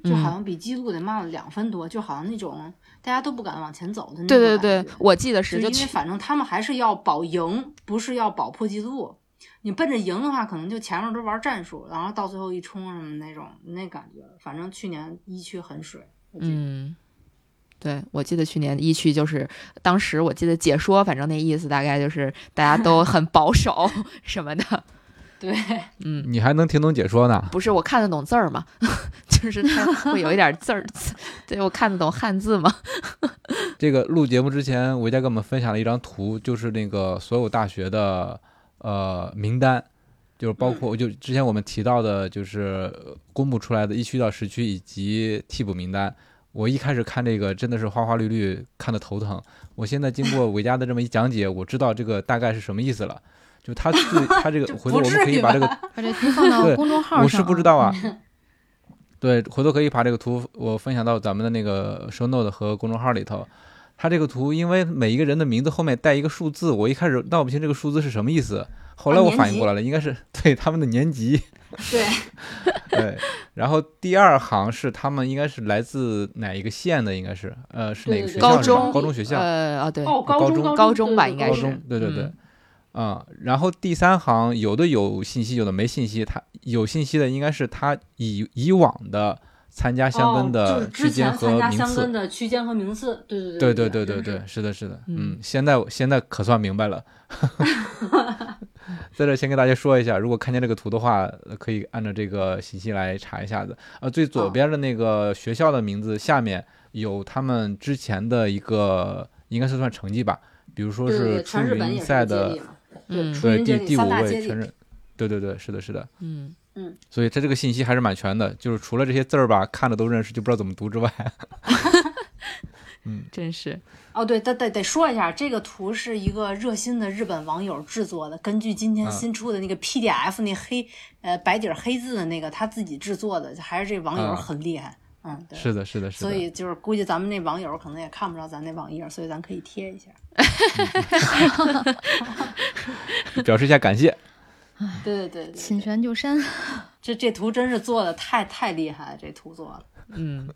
嗯
就好像比记录得慢了两分多，就好像那种大家都不敢往前走的那种
对对
感觉
对，我记得
就是嗯因
就
为
去，
反正他们还是要保赢，不是要保破纪录。你奔着赢的话，可能就前面都玩战术，然后到最后一冲什么那种那感觉。反正去年一区很水，我记得
嗯，对，我记得去年一区就是当时我记得解说，反正那意思大概就是大家都很保守什么的，
对。
嗯。
你还能听懂解说呢？
不是我看得懂字儿嘛， 就是它会有一点字儿， 对我看得懂汉字嘛，
这个录节目之前，维嘉给我们分享了一张图，就是那个所有大学的呃名单，嗯就是包括就之前我们提到的，就是呃公布出来的一区到十区以及替补名单。我一开始看这个真的是花花绿绿，看得头疼。我现在经过维嘉的这么一讲解，我知道这个大概是什么意思了。就他自 他这个
这
回头我们
不至
可以
于
把这个
把这图放到
对
公众号上啊。
我是不知道 啊。对，回头可以把这个图我分享到咱们的那个 show note 和公众号里头。它这个图，因为每一个人的名字后面带一个数字，我一开始闹不清这个数字是什么意思，后来
啊
我
年
反应
级
过来了，应该是对他们的年级。
对，
对，然后第二行是他们应该是来自哪一个县的，应该是呃是哪个学
对对对
校
高
是吧？
中
高中学校。
呃啊对，
哦，
高中
中
高
高
中吧应该
高
是
中，对对对，
嗯
啊、然后第三行有的有信息，有的没信息。他有信息的应该是他以以往的参加香根
哦、
的
就是
区
之
间
前参
和
加
名
香
次
根。的区间和名次，对
对
对对
对对对
真是
对，是的，是的，
嗯
嗯，现在我现在可算明白了。 在这先跟大家说一下，如果看见这个图的话，呃可以按照这个信息来查一下子。呃，最左
哦
边的那个学校的名字下面有他们之前的一个，应该是算成绩吧，比如说
对对
是
对，
出
全日本
云
也是
赛
接
的
力嘛，
嗯
对，出
对
云接
第
力
第五
三大
位
接
全
力，
日，对对对，是的，是的，
嗯，
所以它这个信息还是蛮全的，就是除了这些字儿吧，看着都认识，就不知道怎么读之外，
真是，
哦，对，得得得说一下，这个图是一个热心的日本网友制作的，根据今天
嗯
新出的那个 PDF 那黑呃白底儿黑字的那个他自己制作的，还是这网友
嗯
很厉害，嗯，对。
是的，是的，是
所
的，
以就是估计咱们那网友可能也看不着咱那网页，所以咱可以贴一下。
表示一下感谢。
对对对对
侵
对，
权就删，
这这图真是做的太太厉害了，这图做的。
嗯，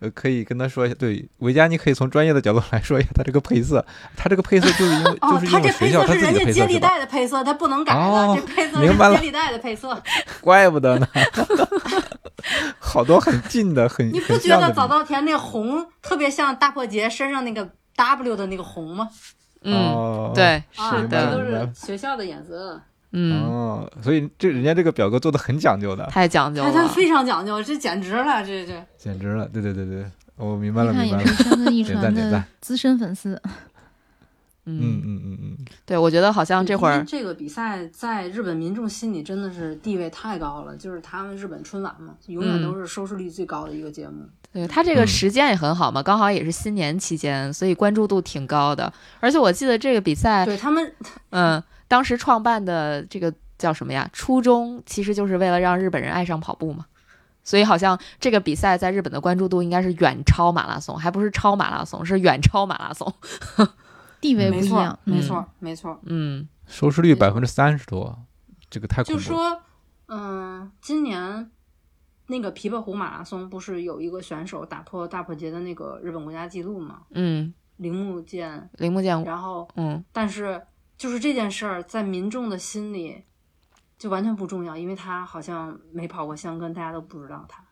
呃，可以跟他说一下，对维嘉，你可以从专业的角度来说一下他这个配色，他这个配色就是因为、
哦
就，是
他
因为
这配
学校
色
他
是
自己的
人家
配
接
色
力
是吧？
带的配色，他不能改的。
哦
这配色
明白
是
了
接力带的配色。
怪不得呢， 好多很近的，很
你不
很
觉
像
得
的
早稻田那红特别像大破节身上那个 W 的那个红吗？
嗯，
哦、
对，
啊，
是
这
的，
都
明白了
是学校的颜色。
嗯，
哦，所以这人家这个表格做的很讲究的，
太讲究
哎他他
了，
非常讲究，这简直了，这这
简直了，对对对对，我明白
一
了，
看
明
也
白了
是，香根一
点
传
赞点
的
赞
资深粉丝。
嗯
嗯，
嗯嗯嗯，
对，我觉得好像这会
因为
儿
这个比赛在日本民众心里真的是地位太高了，就是他们日本春晚嘛，永远都是收视率最高的一个节目。
对它这个
嗯
时间也很好嘛，刚好也是新年期间，所以关注度挺高的。而且我记得这个比赛，
对他们，
嗯，当时创办的这个叫什么呀？初衷其实就是为了让日本人爱上跑步嘛。所以好像这个比赛在日本的关注度应该是远超马拉松，还不是超马拉松，是远超马拉松。
地位
没
不一
错
样，，
没错，没错。
嗯
收视率
没
百
错
分之三十多，这个太恐
就
怖了。
说，嗯、今年那个琵琶湖马拉松不是有一个选手打破大破节的那个日本国家纪录吗？
嗯，
铃木健，
铃木健吾，
然后
嗯
但是就是这件事儿在民众的心里就完全不重要，因为他好像没跑过香根，大家都不知道他，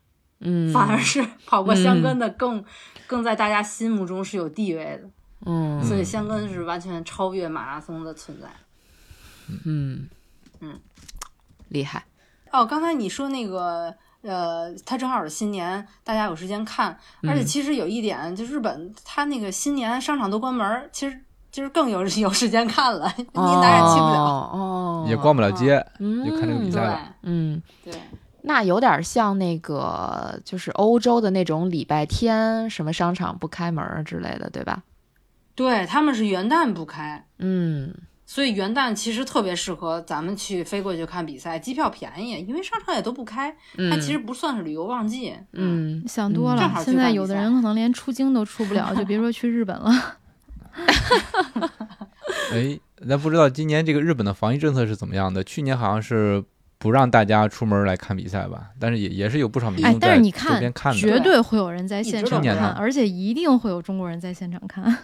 嗯，
反而是跑过香根的更、更在大家心目中是有地位的，
嗯
所以香根是完全超越马拉松的存在。
嗯
嗯
厉害，
哦，刚才你说那个，呃，它正好是新年，大家有时间看。而且
嗯
其实有一点，就日本它那个新年商场都关门儿，其实就是更有 有时间看了，你哪儿也去不了。
哦，哦
也逛不了街，
嗯
就看这个比赛了
嗯。
对对，
那有点像那个，就是欧洲的那种礼拜天什么商场不开门儿之类的，对吧？
对，他们是元旦不开，
嗯
所以元旦其实特别适合咱们去飞过去看比赛，机票便宜，因为商场也都不开，
嗯，
它其实不算是旅游旺季。，
嗯，
想多
嗯
正
了
好。去
现在
看比
有的
赛
人可能连出京都出不了，就别说去日本了。
哎，咱不知道今年这个日本的防疫政策是怎么样的？去年好像是不让大家出门来看比赛吧，但是也也是有不少民
哎
众，
但
在
是你
周边
看，
看的。
绝对会有人在现
一直
场
都
有
看，
人
而且一定会有中国人在现场看，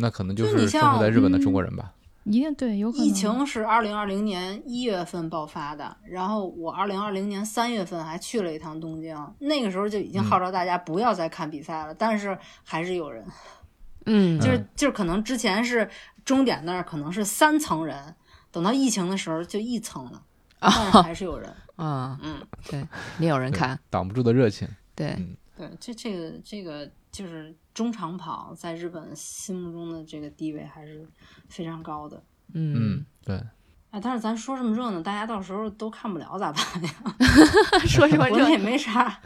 那可能就
就是你
是生活
像
在日本的
嗯
中国人吧。
一定对，有可能。
疫情是二零二零年一月份爆发的，然后我二零二零年三月份还去了一趟东京，那个时候就已经
嗯
号召大家不要再看比赛了，但是还是有人，
嗯，
就是
嗯
就是可能之前是终点那儿可能是三层人，等到疫情的时候就一层了，但是还是有人。
啊，
嗯，
对，没有人看，
挡不住的热情，
对，
对，这这个这个就是中长跑在日本心目中的这个地位还是非常高的。
嗯
嗯，，对，
哎，但是咱说这么热闹，大家到时候都看不了 咋办呀？
嗯
说什么
国
这
内没啥，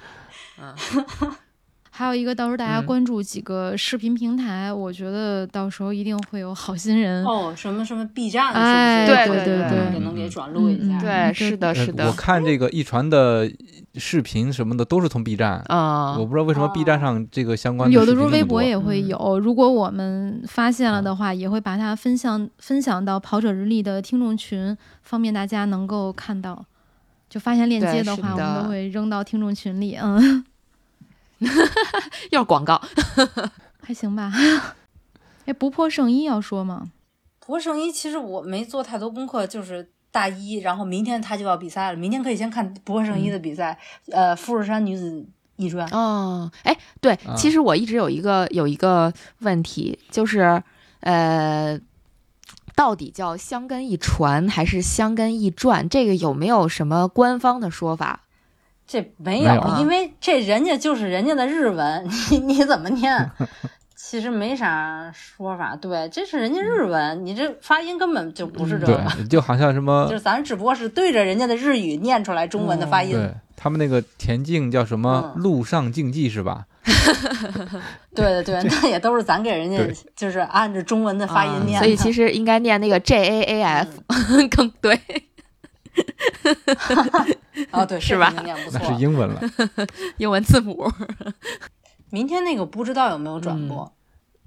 还有一个，到时候大家
嗯
关注几个视频平台，我觉得到时候一定会有好心人。
哦，什么什么 B 站
哎
是不是
嗯对对对
给能给转录一下？
嗯
对，是的，是
呃我
的，
看这个一传的视频什么的都是从 B 站，
啊
我，不知道为什么 B 站上这个相关的
有的
视
时
频
候
那
微
么多
博也会
嗯
有，如果我们发现了的话，也会把它分享分享到跑者日历的听众群，方便大家能够看到。就发现链
对
接的
是
话，我
的
们都会扔到听众群里。嗯，
又是广告，
还行吧。哎，不破圣衣要说吗？
不过圣衣其实我没做太多功课，就是大一，然后明天他就要比赛了，明天可以先看不过圣衣的比赛，呃，富士山女子一专。
哦，哎，对，
啊
其实我一直有一个有一个问题，就是呃，到底叫香根一传还是香根一传？这个有没有什么官方的说法？
这没
没
有
有
啊，
因为这人家就是人家的日文， 你你怎么念？ 其实没啥说法，对，这是人家日文，你这发音根本就不
嗯
是这个，
对，就好像什么
就是咱只不过是对着人家的日语念出来中文的发
嗯
音，
对他们那个田径叫什么
嗯
陆上竞技是吧？
对对对，那也都是咱给人家
对
就是按着中文的发音
啊
念的、嗯
所以其实应该念那个 J A A F 更对。
啊，对，
是
这
吧
肯 定念不
那
错
是。英文了。
英文字母。
明天那个不知道有没有转
嗯
播，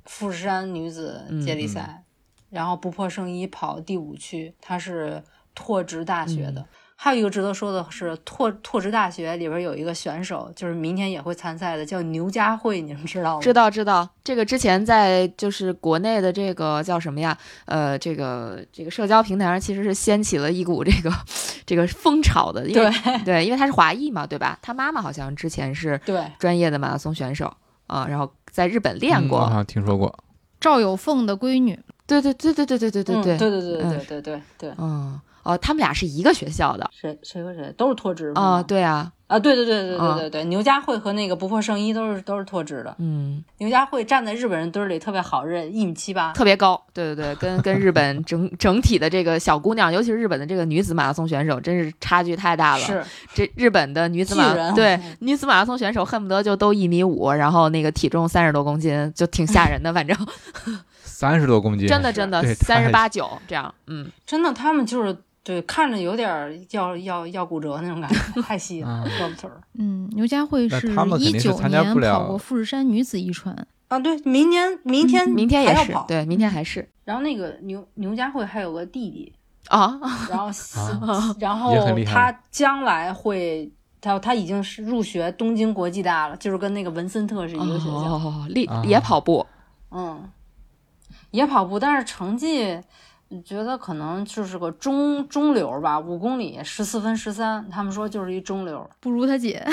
富士山女子接力赛，然后不破圣衣跑第五区，她是拓殖大学
嗯
的。还有一个值得说的是，拓拓殖大学里边有一个选手，就是明天也会参赛的，叫牛佳慧，你们知道吗？
知道知道，这个之前在就是国内的这个叫什么呀？呃，这个这个社交平台上其实是掀起了一股这个 这个风潮的，因为
对
对，因为他是华裔嘛，对吧？他妈妈好像之前是
对，
专业的马拉松选手啊、然后在日本练
嗯我
过。
好像听说过。
赵有凤的闺女，
对对对对对对对对
嗯
对，
对对对对对对对对，
嗯哦，他们俩是一个学校的
谁谁和谁都是拓殖
啊、
吗
对啊，
啊，对对对对对
啊
对对，牛佳慧和那个不破圣衣都是都是拓殖的。
嗯，
牛佳慧站在日本人堆儿里特别好认，一米七八，
特别高，对对对，跟跟日 本整整体的这个小姑娘，尤其是日本的这个女子马拉松选手，真是差距太大了。
是
这日本的女子马
巨人啊
对女子马拉松选手恨不得就都一米五，然后那个体重三十多公斤，就挺吓人的。反 正
三十多公斤，
真的真的
对
三
太
十八九这样，嗯，
真的，他们就是对看着有点儿要要要骨折那种感觉，太细了，
嗯
胳膊腿儿
嗯，牛佳慧
那
是
他们肯
一
定是
九
参加
年
不了
跑过富士山女子一传，
啊。对，明年明天
嗯明天也
还要
是
跑，
对，明天还是
然后那个牛牛佳慧还有个弟弟，
啊，
然后是、
啊
然
也很
后
厉害
他将来会，他他已经是入学东京国际大了，就是跟那个文森特是一个学校，
哦，力
啊
也跑步，
嗯，也跑步，但是成绩觉得可能就是个中中流吧，五公里十四分十三，他们说就是一中流。
不如她姐。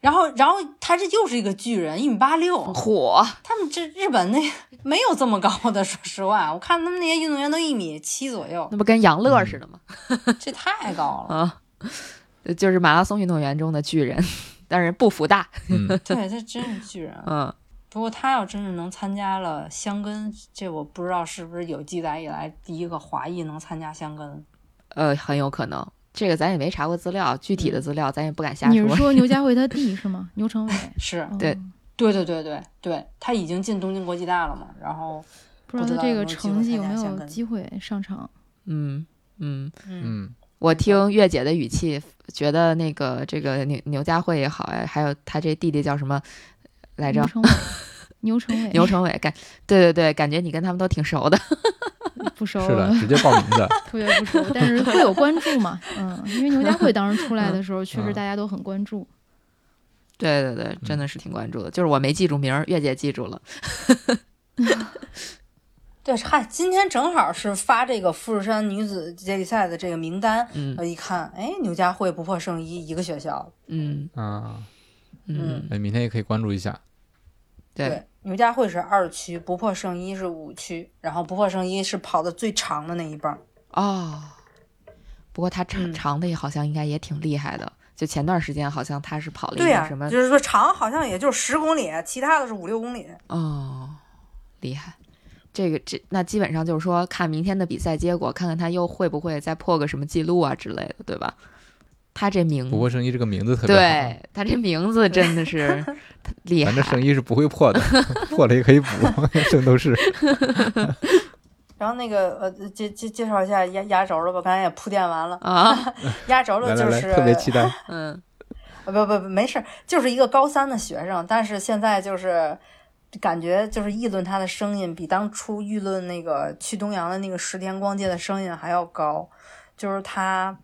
然后，然后他这又是一个巨人，一米八六。
火，
他们这日本那 没有这么高的，说实话，我看他们那些运动员都一米七左右，
那不跟杨乐似的吗？
这太高 了。
啊， 就是马拉松运动员中的巨人， 但是不服大，
嗯，
对，这真是巨人。
嗯，
不过他要真是能参加了香根，这我不知道是不是有记载以来第一个华裔能参加香根。
呃，很有可能。这个咱也没查过资料，具体的资料咱也不敢瞎
你是说牛佳慧她弟是吗？牛成伟。
是
嗯
对，
对对对对对，他已经进东京国际大了嘛，然后
不知道
不知
她
道
这
有
个
没有机
成
会
绩有
参
没
加香
有
港
机会上场。
嗯嗯，
嗯，
嗯，
我听月姐的语气，觉得那个这个牛牛佳慧也好呀，还有她这弟弟叫什么来
牛
着？
成伟，牛成伟，
牛成伟，感对对对，感觉你跟他们都挺熟的。
不熟，
是 的，直接报名的，
特别不熟，但是会有关注嘛？嗯，因为牛佳慧当时出来的时候，确实大家都很关注。
对对对，真的是挺关注的。就是我没记住名儿，月姐记住了。
对，嗨，今天正好是发这个富士山女子接力赛的这个名单，
嗯
我一看，哎，牛佳慧不破圣衣，一个学校。
嗯
啊，
嗯，
哎，明天也可以关注一下，
对，
牛佳慧是二区，不破圣衣是五区，然后不破圣衣是跑的最长的那一棒。
哦，不过她长
嗯
长的也好像应该也挺厉害的。就前段时间好像她是跑了一
对呀、
个什么
就是说长好像也就十公里，啊其他的是五六公里。
哦，厉害！这个这那基本上就是说，看明天的比赛结果，看看他又会不会再破个什么记录啊之类的，对吧？他这名
不过圣衣这个名字特别好，
对他这名 字真的是厉害
反正，圣衣是不会破的，破了也可以补， 圣斗士，
然后那个呃，介介介绍一下压压轴了吧，刚才也铺垫完了。
啊，
压轴
来
的
来
就
来，
是
特别期待，
嗯
呃不不不没事儿，就是一个高三的学生，但是现在就是感觉就是议论他的声音比当初议论那个去东阳的那个石田光介的声音还要高，就是他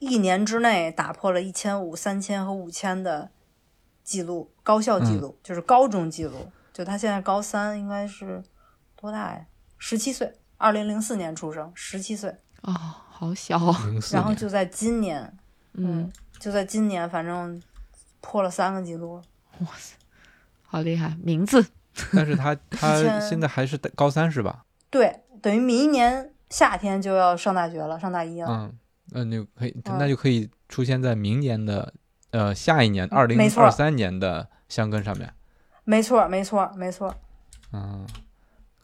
一年之内打破了一千五、三千和五千的记录，高校记
嗯
录、就是高中记录，就他现在高三应该是多大呀？十七岁，二零零四年出生，十七岁，
哦，好小哦，
零四
然后
年，
就在今年，
嗯，
就在今年，反正破了三个记录。
好厉害，名字
但是他
以
他
前
现在还是高三是吧？
对，等于明年夏天就要上大学了，上大一了。
嗯，那就可以，
嗯
那就可以出现在明年的呃下一年二零
嗯没错
二三年的香根上面，
没错，没错，没错。
嗯，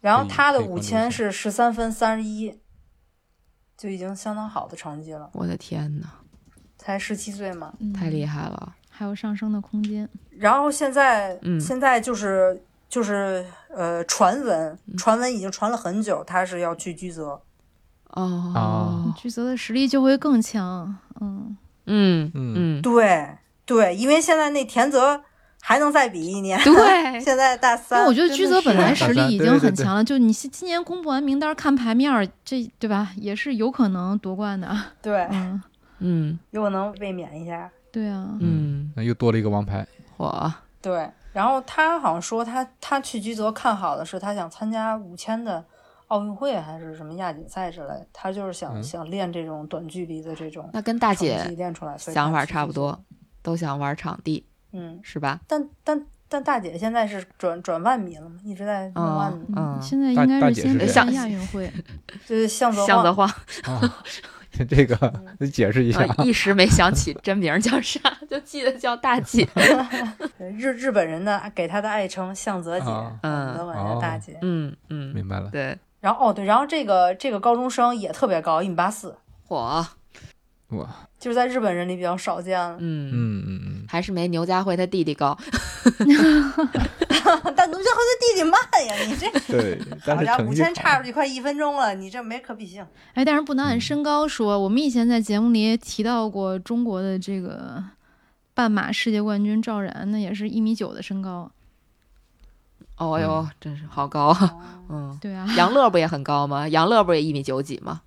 然后
可以
他的
可以关
五
注一下
千是十三分三十一，就已经相当好的成绩了，
我的天呐，
才十七岁嘛。
嗯
太厉害了，
还有上升的空间。
然后现在，
嗯
现在就是就是呃，传闻，
嗯
传闻已经传了很久，他是要去居泽。
啊
哦，
巨泽的实力就会更强。嗯，
嗯
嗯
嗯，
对对，因为现在那田泽还能再比一年，
对，
现在大
因
三。
为我觉得巨泽本来
是
实力已经很
对对
强了，就你今年公布完名单看牌面儿，这对吧，也是有可能夺冠的。
对，
嗯，
嗯
有可能卫冕一下。
对啊，
嗯，
那又多了一个王牌，
我
对，然后他好像说他他去居泽看好的是他想参加五千的奥运会还是什么亚锦赛之类，他就是想、
嗯
想练这种短距离的这种
那跟大
成绩
姐
练出来，所以他
想法
去
差
居
不
泽。
多，都想玩场地
嗯，
是吧？
但但但大姐现在是转转万米了嘛，一直在弄万米，
嗯
现在应该
大大
是
姐
先
是
比
这样
亚运会。
就是向泽
向
晃
泽晃
啊，这个得解释一下。
啊一时没想起真名叫啥， 就记得叫大 姐。
日日本人的给他的爱称向泽姐，
啊
嗯
德文的大姐。
嗯嗯，
明白了，
对，
然后哦对，然后这个这个高中生也特别高，一米八四，
火，
哇，
就是在日本人里比较少见了。
嗯，
嗯嗯嗯，
还是没牛佳慧他弟弟高。
但卢俊和他弟弟慢呀，你这
对，但
好
是
家伙，
成
五
绩
千差
好
出去快一分钟了，你这没可比性。
哎，但是不能按
嗯
身高说。我们以前在节目里也提到过中国的这个半马世界冠军赵然，那也是一米九的身高。
哦
嗯
呦，真是好
哦
高啊！嗯，
对啊，
杨乐不也很高吗？杨乐不也一米九几吗？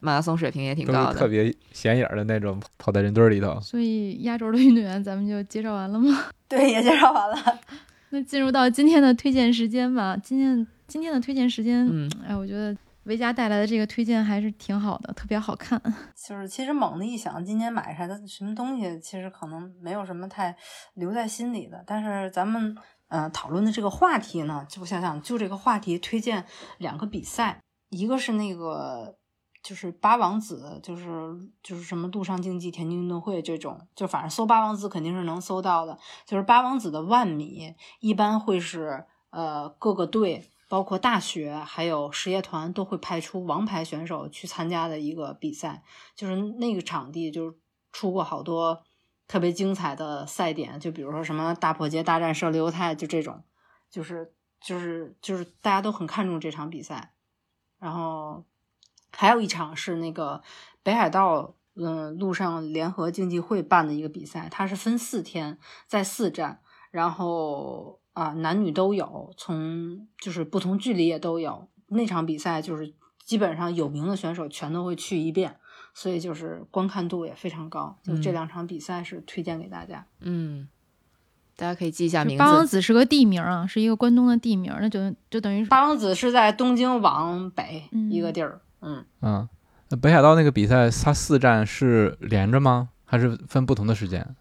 马拉松水平也挺
都
高
是特
的。
别显眼儿的那种，跑在人堆儿里头。
所以压轴的运动员咱们就介绍完了吗？
对，也介绍完了。
那进入到今天的推荐时间吧。今天今天的推荐时间，
嗯
哎，我觉得维嘉带来的这个推荐还是挺好的，特别好看。
就是其实猛的一想，今年买啥的什么东西，其实可能没有什么太留在心里的。但是咱们呃讨论的这个话题呢，就我想想，就这个话题推荐两个比赛，一个是那个就是八王子，就是就是什么陆上竞技、田径运动会这种，就反正搜八王子肯定是能搜到的。就是八王子的万米一般会是呃各个队，包括大学还有实业团都会派出王牌选手去参加的一个比赛，就是那个场地就是出过好多特别精彩的赛点，就比如说什么大破节大战射流泰，就这种，就是就是就是大家都很看重这场比赛。然后还有一场是那个北海道嗯陆上联合竞技会办的一个比赛，它是分四天，在四站，然后啊、男女都有，从就是不同距离也都有。那场比赛就是基本上有名的选手全都会去一遍，所以就是观看度也非常高。就
嗯
这两场比赛是推荐给大家。
嗯，大家可以记一下
就
名
八王
字。
子是个地名啊，是一个关东的地名，那就就等于是
八王子是在东京往北
嗯
一个地儿，嗯，
嗯，那北海道那个比赛，它四站是连着吗？还是分不同的时间？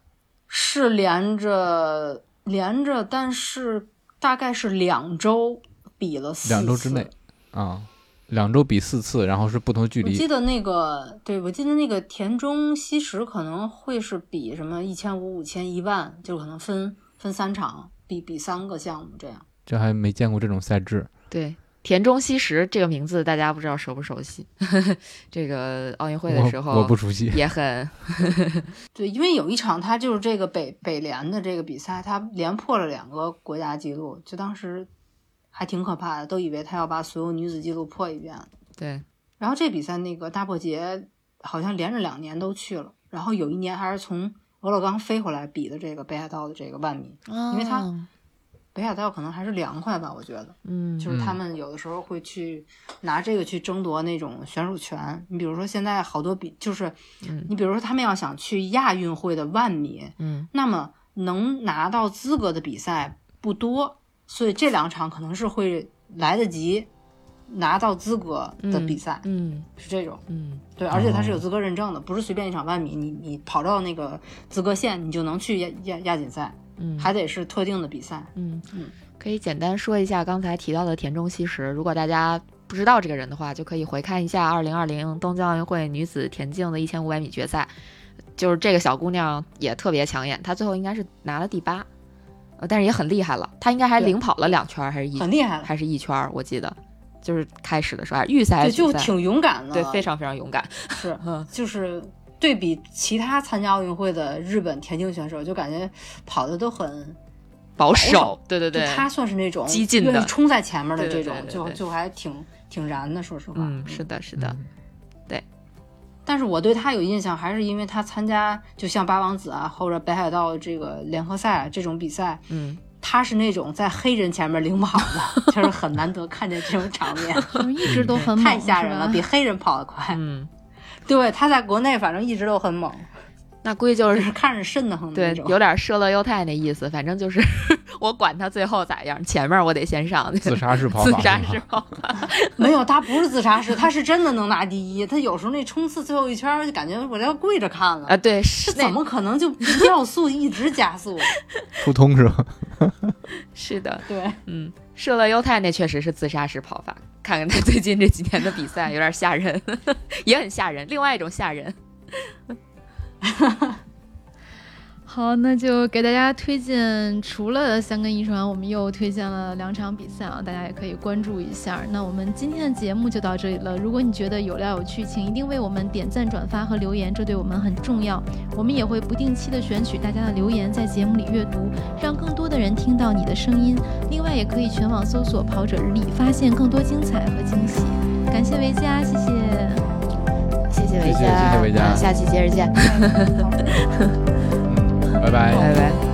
是连着连着，但是大概是两周比了四
两周之
次
内啊，两周比四次，然后是不同距
我记
离。
得那个，对我记得那个田中西实可能会是比什么一千五、五千、一万，就可能分分三场，比比三个项目这样。
这还没见过这种赛制。
对，田中希实这个名字大家不知道熟不熟悉？ 这个奥运会的时候
我我不 熟悉。
也很
对，因为有一场他就是这个北北联的这个比赛，他连破了两个国家纪录，就当时还挺可怕的，都以为他要把所有女子纪录破一遍。
对，
然后这比赛那个大破节好像连着两年都去了，然后有一年还是从俄勒冈飞回来比的这个北海道的这个万米，
因
为他北海道可能还是凉快吧，我觉得。
嗯
就是他
嗯
们有的时候会去拿这个去争夺那种选手权。你比如说现在好多比就是
嗯，
你比如说他们要想去亚运会的万米，
嗯
那么能拿到资格的比赛不多，所以这两场可能是会来得及拿到资格的比赛，
嗯
是这种。
嗯
对，而且它是有资格认证的，不是随便一场万米，你你跑到那个资格线，你就能去亚亚亚锦赛，
嗯，
还得是特定的比赛。
嗯
嗯，
可以简单说一下刚才提到的田中希实。如果大家不知道这个人的话，就可以回看一下2020东京奥运会女子田径的1500米决赛，就是这个小姑娘也特别抢眼，她最后应该是拿了第八，呃，但是也很厉害了，她应该还
对
领跑了两圈儿，还是一
很厉害了，
还是一圈儿，我记得就是开始的时候还是预赛还
对，
是决
就
赛，
挺勇敢的，
对，非常非常勇敢，
是
嗯，
就是对比其他参加奥运会的日本田径选手，就感觉跑的都很，
保
守
对对
就
对，
他算是那种
激进的
愿意冲在前面的
对对
这种，
对对
就
对
就还挺挺燃的，说实话。
嗯，是的，是的，
但是我对他有印象，还是因为他参加就像八王子啊，或者北海道这个联合赛啊这种比赛，
嗯，
他是那种在黑人前面领跑 的，就是很难得看见这种场面，
就是一直都 很猛，
太吓人
是
了，
吧
比黑人跑得快。
嗯，
对，他在国内反正一直都很猛，
那估计就
就是是看着瘆得很的
对
那，种。
有点射了犹太那意思，反正就是 我管他最后咋样，前面我得先上去。
自杀式 跑
自
法，
杀
是
式
吗
跑，
没有，他不是自杀式，他是真的能拿第一。他有时候那冲刺最后一圈儿，就感觉我都要跪
呃
着看了。
啊，对，
这
是那
怎么可能就要速一直加速？
扑通是吧？
是的，
对，
嗯，射了犹太那确实是自杀式跑法，看看他最近这几年的比赛有点吓人， 也很吓人，另外一种吓人。
好，那就给大家推荐，除了三根一传，我们又推荐了两场比赛啊，大家也可以关注一下。那我们今天的节目就到这里了。如果你觉得有料有趣，请一定为我们点赞、转发和留言，这对我们很重要。我们也会不定期的选取大家的留言，在节目里阅读，让更多的人听到你的声音。另外，也可以全网搜索“跑者日历”，发现更多精彩和惊喜。感谢维嘉，谢谢，
谢谢
谢谢谢谢维嘉嗯
下期接着见，
嗯，拜拜。
拜拜。